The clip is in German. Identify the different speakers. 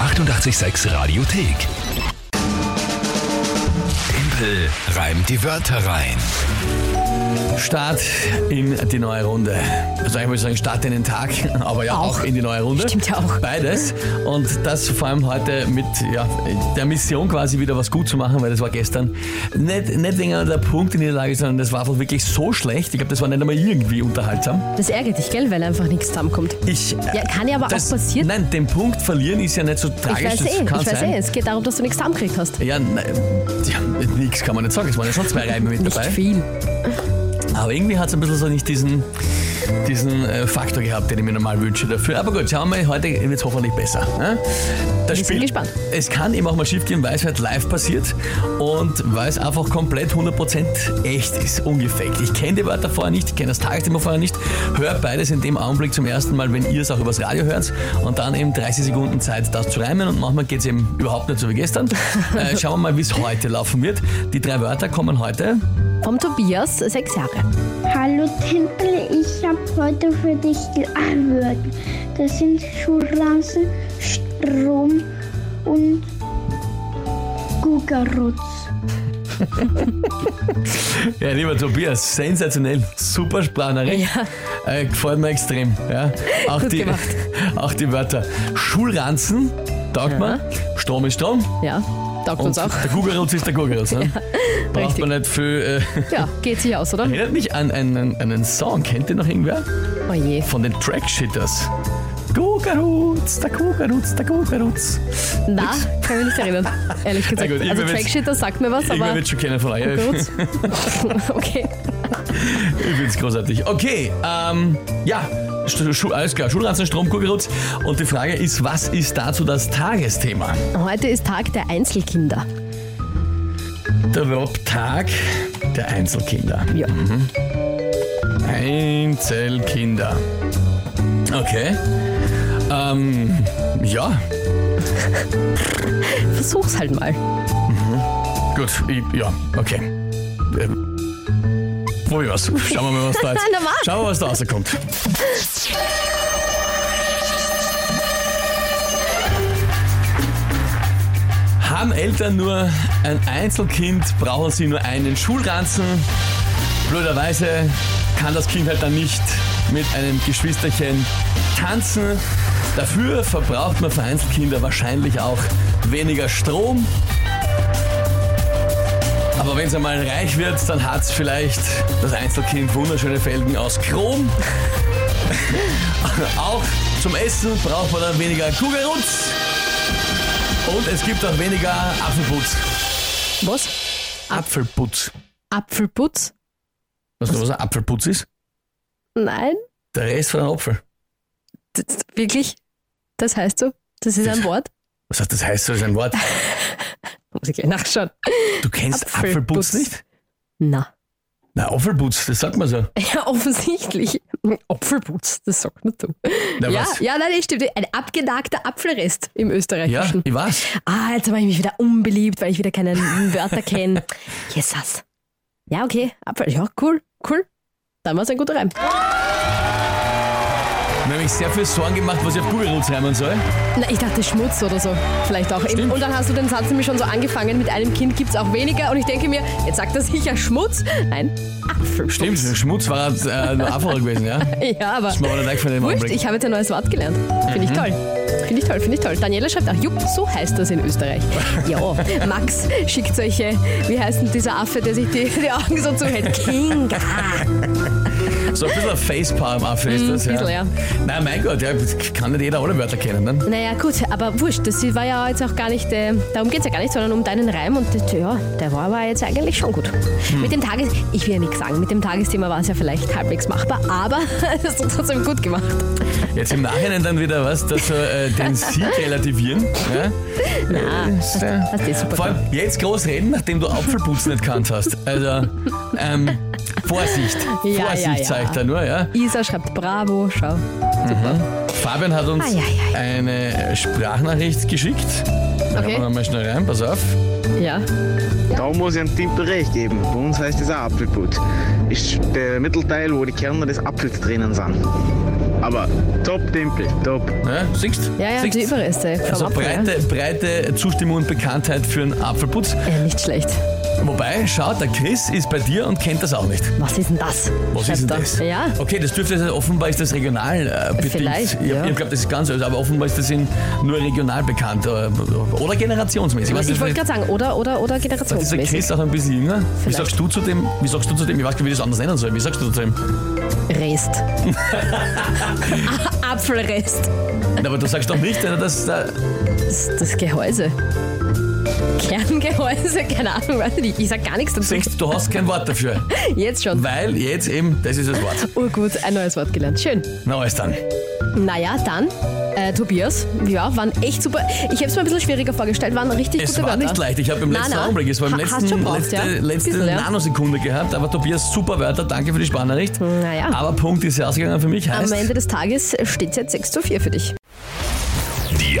Speaker 1: 886 Radiothek. Tempel reimt die Wörter rein.
Speaker 2: Start in die neue Runde. Also ich würde sagen, Start in den Tag, aber ja auch,
Speaker 3: Auch.
Speaker 2: in die neue Runde.
Speaker 3: Stimmt ja auch.
Speaker 2: Beides. Und das vor allem heute mit ja, der Mission quasi wieder was gut zu machen, weil das war gestern nicht, nicht wegen einer Punkteniederlage, sondern das war einfach wirklich so schlecht. Ich glaube, das war nicht einmal irgendwie unterhaltsam.
Speaker 3: Das ärgert dich, gell, weil einfach nichts zusammenkommt.
Speaker 2: Ich,
Speaker 3: Ja, kann ja aber auch passieren.
Speaker 2: Nein, den Punkt verlieren ist ja nicht so tragisch.
Speaker 3: Ich weiß
Speaker 2: das
Speaker 3: eh, ich
Speaker 2: kann
Speaker 3: weiß
Speaker 2: sein.
Speaker 3: eh. Es geht darum, dass du nichts zusammengekriegt hast.
Speaker 2: Ja, nein, ja, nix kann man nicht sagen. Es waren ja schon zwei Reiben mit
Speaker 3: Nicht
Speaker 2: dabei.
Speaker 3: viel.
Speaker 2: Aber irgendwie hat es ein bisschen so nicht diesen, diesen äh, Faktor gehabt, den ich mir normal wünsche dafür. Aber gut, schauen wir mal, heute wird es hoffentlich besser. Ne? Das
Speaker 3: sind gespannt.
Speaker 2: Es kann eben auch mal schief gehen, weil es halt live passiert und weil es einfach komplett 100% echt ist, ungefaked. Ich kenne die Wörter vorher nicht, ich kenne das Tagesthema vorher nicht, hört beides in dem Augenblick zum ersten Mal, wenn ihr es auch übers Radio hört und dann eben 30 Sekunden Zeit, das zu reimen und manchmal geht es eben überhaupt nicht so wie gestern. äh, schauen wir mal, wie es heute laufen wird. Die drei Wörter kommen heute
Speaker 3: Vom Tobias, sechs Jahre.
Speaker 4: Hallo Tempel, ich habe heute für dich gearbeitet. Das sind Schulranzen, Strom und Gugarutz.
Speaker 2: Ja, lieber Tobias, sensationell, super Sprachnachricht. Äh, gefällt mir extrem. Ja. Auch,
Speaker 3: Gut
Speaker 2: die,
Speaker 3: gemacht.
Speaker 2: auch die Wörter Schulranzen, taugt man. Strom ist Strom.
Speaker 3: Ja, taugt uns auch.
Speaker 2: Der Gugelrutz ist der Gugelrutz. Ne? Braucht
Speaker 3: richtig.
Speaker 2: man nicht viel. Äh,
Speaker 3: Ja, geht sich aus, oder?
Speaker 2: erinnert mich an einen, einen Song, kennt ihr noch irgendwer?
Speaker 3: Oh je.
Speaker 2: Von den Trackshitters. Gugelrutz, der Gugelrutz, der Gugelrutz.
Speaker 3: Na, kann mich nicht erinnern. Ehrlich gesagt.
Speaker 2: gut,
Speaker 3: also
Speaker 2: irgendwer wird's-
Speaker 3: Trackshitter sagt mir was,
Speaker 2: Irgendwer
Speaker 3: aber.
Speaker 2: wird schon kennen von euch.
Speaker 3: Gut. okay.
Speaker 2: Ich find's großartig. Okay, ähm, ja, Sch- Schu alles klar, Schulranzen, Strom, Kugelrutz. Und die Frage ist, was ist dazu das Tagesthema?
Speaker 3: Heute ist Tag der Einzelkinder.
Speaker 2: Der Rob-Tag der Einzelkinder.
Speaker 3: Ja.
Speaker 2: Einzelkinder. Okay. Ähm, ja,
Speaker 3: Versuch's halt mal.
Speaker 2: gut, ich, ja, okay. Ähm, Probier was. Schauen wir mal, was da jetzt.
Speaker 3: Na, mach.
Speaker 2: Schauen wir, was da rauskommt. Haben Eltern nur ein Einzelkind, brauchen sie nur einen Schulranzen. Blöderweise kann das Kind halt dann nicht mit einem Geschwisterchen tanzen. Dafür verbraucht man für Einzelkinder wahrscheinlich auch weniger Strom. Aber wenn es einmal reich wird, dann hat es vielleicht das Einzelkind wunderschöne Felgen aus Chrom. auch zum Essen braucht man dann weniger Kugelrutz. Und es gibt auch weniger Apfelputz.
Speaker 3: Was?
Speaker 2: Apfelputz.
Speaker 3: Apfelputz?
Speaker 2: Weißt du, was ein Apfelputz ist?
Speaker 3: Nein?
Speaker 2: Der Rest von einem Apfel.
Speaker 3: Das, wirklich? Das heißt so? Das ist ein Wort?
Speaker 2: Was heißt das? Heißt so ist ein Wort.
Speaker 3: Muss ich gleich nachschauen.
Speaker 2: Du kennst Apfelputz,
Speaker 3: Apfelputz.
Speaker 2: nicht?
Speaker 3: Na.
Speaker 2: Na, Apfelputz, das sagt man so.
Speaker 3: Ja, offensichtlich. Apfelputz, das sagt man du.
Speaker 2: Na,
Speaker 3: ja,
Speaker 2: was?
Speaker 3: ja, nein, das stimmt. Ein abgenagter Apfelrest im
Speaker 2: Ja,
Speaker 3: Österreichischen.
Speaker 2: ich weiß.
Speaker 3: Ah, jetzt mache ich mich wieder unbeliebt, weil ich wieder keine Wörter kenne. Jesus. Ja, okay. Apfel. Ja, cool, cool. Dann war es ein guter Reim.
Speaker 2: Ich habe mich sehr viel Sorgen gemacht, was ich auf Kugelrutz reimen soll.
Speaker 3: Na, ich dachte Schmutz oder so. Vielleicht auch.
Speaker 2: Stimmt.
Speaker 3: Und dann hast du den Satz nämlich schon so angefangen, mit einem Kind gibt es auch weniger. Und ich denke mir, jetzt sagt er sicher Schmutz. Nein, Apfelputz.
Speaker 2: Stimmt, Schmutz war äh, noch einfacher gewesen, ja?
Speaker 3: Ja, aber.
Speaker 2: Das ist mir aber nicht eingefallen im
Speaker 3: Wurscht,
Speaker 2: Augenblick. Mhm.
Speaker 3: ich habe jetzt ein neues Wort gelernt. Finde ich toll. Finde ich toll, finde ich toll. Daniela schreibt auch, jupp, so heißt das in Österreich. ja, Max schickt solche, wie heißt denn dieser Affe, der sich die, die Augen so zuhält? Kinga.
Speaker 2: So ein bisschen ein Facepalm-Affe ist das,
Speaker 3: bisschen, Mhm, ja.
Speaker 2: Nein, mein Gott, ja, kann nicht jeder alle Wörter kennen, ne?
Speaker 3: Naja, gut, aber wurscht, das war ja jetzt auch gar nicht, äh, darum geht es ja gar nicht, sondern um deinen Reim und das, ja, der war aber jetzt eigentlich schon gut.
Speaker 2: Hm.
Speaker 3: Mit dem Tages, ich will ja nichts sagen, mit dem Tagesthema war es ja vielleicht halbwegs machbar, aber es ist trotzdem gut gemacht.
Speaker 2: Jetzt im Nachhinein dann wieder was, dass wir äh, den Sieg relativieren. Ja?
Speaker 3: Na, hast, hast du eh super
Speaker 2: Vor
Speaker 3: gemacht.
Speaker 2: allem jetzt groß reden, nachdem du Apfelputz nicht kannt hast. Also, ähm, Vorsicht.
Speaker 3: Ja,
Speaker 2: Vorsicht
Speaker 3: ja, ja.
Speaker 2: zeigt er nur, ja.
Speaker 3: Isa schreibt Bravo, schau.
Speaker 2: Fabian hat uns
Speaker 3: Ei, ei,
Speaker 2: eine Sprachnachricht geschickt. Da
Speaker 3: Okay.
Speaker 2: hören wir mal schnell rein, pass auf.
Speaker 3: Ja.
Speaker 5: Da muss ich einem Timpel recht geben. Bei uns heißt es auch Apfelputz. Ist der Mittelteil, wo die Kerne des Apfels drinnen sind. Aber Top-Tempel, top.
Speaker 2: Ja, singst?
Speaker 3: Ja, ja,
Speaker 2: singst?
Speaker 3: die Überreste. vom
Speaker 2: Also
Speaker 3: Apfel,
Speaker 2: breite, breite Zustimmung und Bekanntheit für einen Apfelputz.
Speaker 3: Ja. ja, nicht schlecht.
Speaker 2: Wobei, schau, der Chris ist bei dir und kennt das auch nicht.
Speaker 3: Was ist denn das?
Speaker 2: Was
Speaker 3: Schreibt
Speaker 2: ist denn
Speaker 3: er.
Speaker 2: das?
Speaker 3: Ja.
Speaker 2: Okay, das dürfte sein, offenbar ist das regional äh, bedingt.
Speaker 3: Vielleicht,
Speaker 2: Ich,
Speaker 3: ja.
Speaker 2: ich glaube, das ist ganz anders, aber offenbar ist das in, nur regional bekannt äh, oder generationsmäßig. Weißt du,
Speaker 3: ich wollte
Speaker 2: vielleicht-
Speaker 3: gerade sagen, oder, oder, oder
Speaker 2: ist der
Speaker 3: generationsmäßig.
Speaker 2: Chris auch ein bisschen jünger? Wie
Speaker 3: Vielleicht.
Speaker 2: sagst du zu dem? Wie sagst du zu dem? Ich weiß gar nicht, wie ich das anders nennen soll. Wie sagst du zu dem?
Speaker 3: Rest. Apfelrest.
Speaker 2: Na, aber du sagst doch nicht, äh, dass da.
Speaker 3: Das, das Gehäuse. Kerngehäuse, keine Ahnung, weiß ich nicht. Ich sag gar nichts dazu.
Speaker 2: Singst, du hast kein Wort dafür.
Speaker 3: Jetzt schon.
Speaker 2: Weil jetzt eben, das ist das Wort.
Speaker 3: Urgut, ein neues Wort gelernt. Schön.
Speaker 2: Na, alles dann.
Speaker 3: Naja, dann, äh, Tobias, ja, waren echt super. Ich habe es mir ein bisschen schwieriger vorgestellt, waren richtig
Speaker 2: Es
Speaker 3: gute
Speaker 2: war
Speaker 3: Wörter.
Speaker 2: nicht leicht. Ich habe im
Speaker 3: Nein,
Speaker 2: letzten
Speaker 3: nein.
Speaker 2: Augenblick, es war im
Speaker 3: Ha- hast
Speaker 2: letzten,
Speaker 3: schon gebraucht,
Speaker 2: letzte,
Speaker 3: ja.
Speaker 2: letzte
Speaker 3: Bisschen, ja.
Speaker 2: Nanosekunde gehabt. Aber Tobias, super Wörter. Danke für die Spannernricht.
Speaker 3: Naja.
Speaker 2: Aber Punkt ist ja ausgegangen für mich.
Speaker 3: Am
Speaker 2: Heißt,
Speaker 3: Ende des Tages steht es jetzt 6 zu 4 für dich.
Speaker 1: Die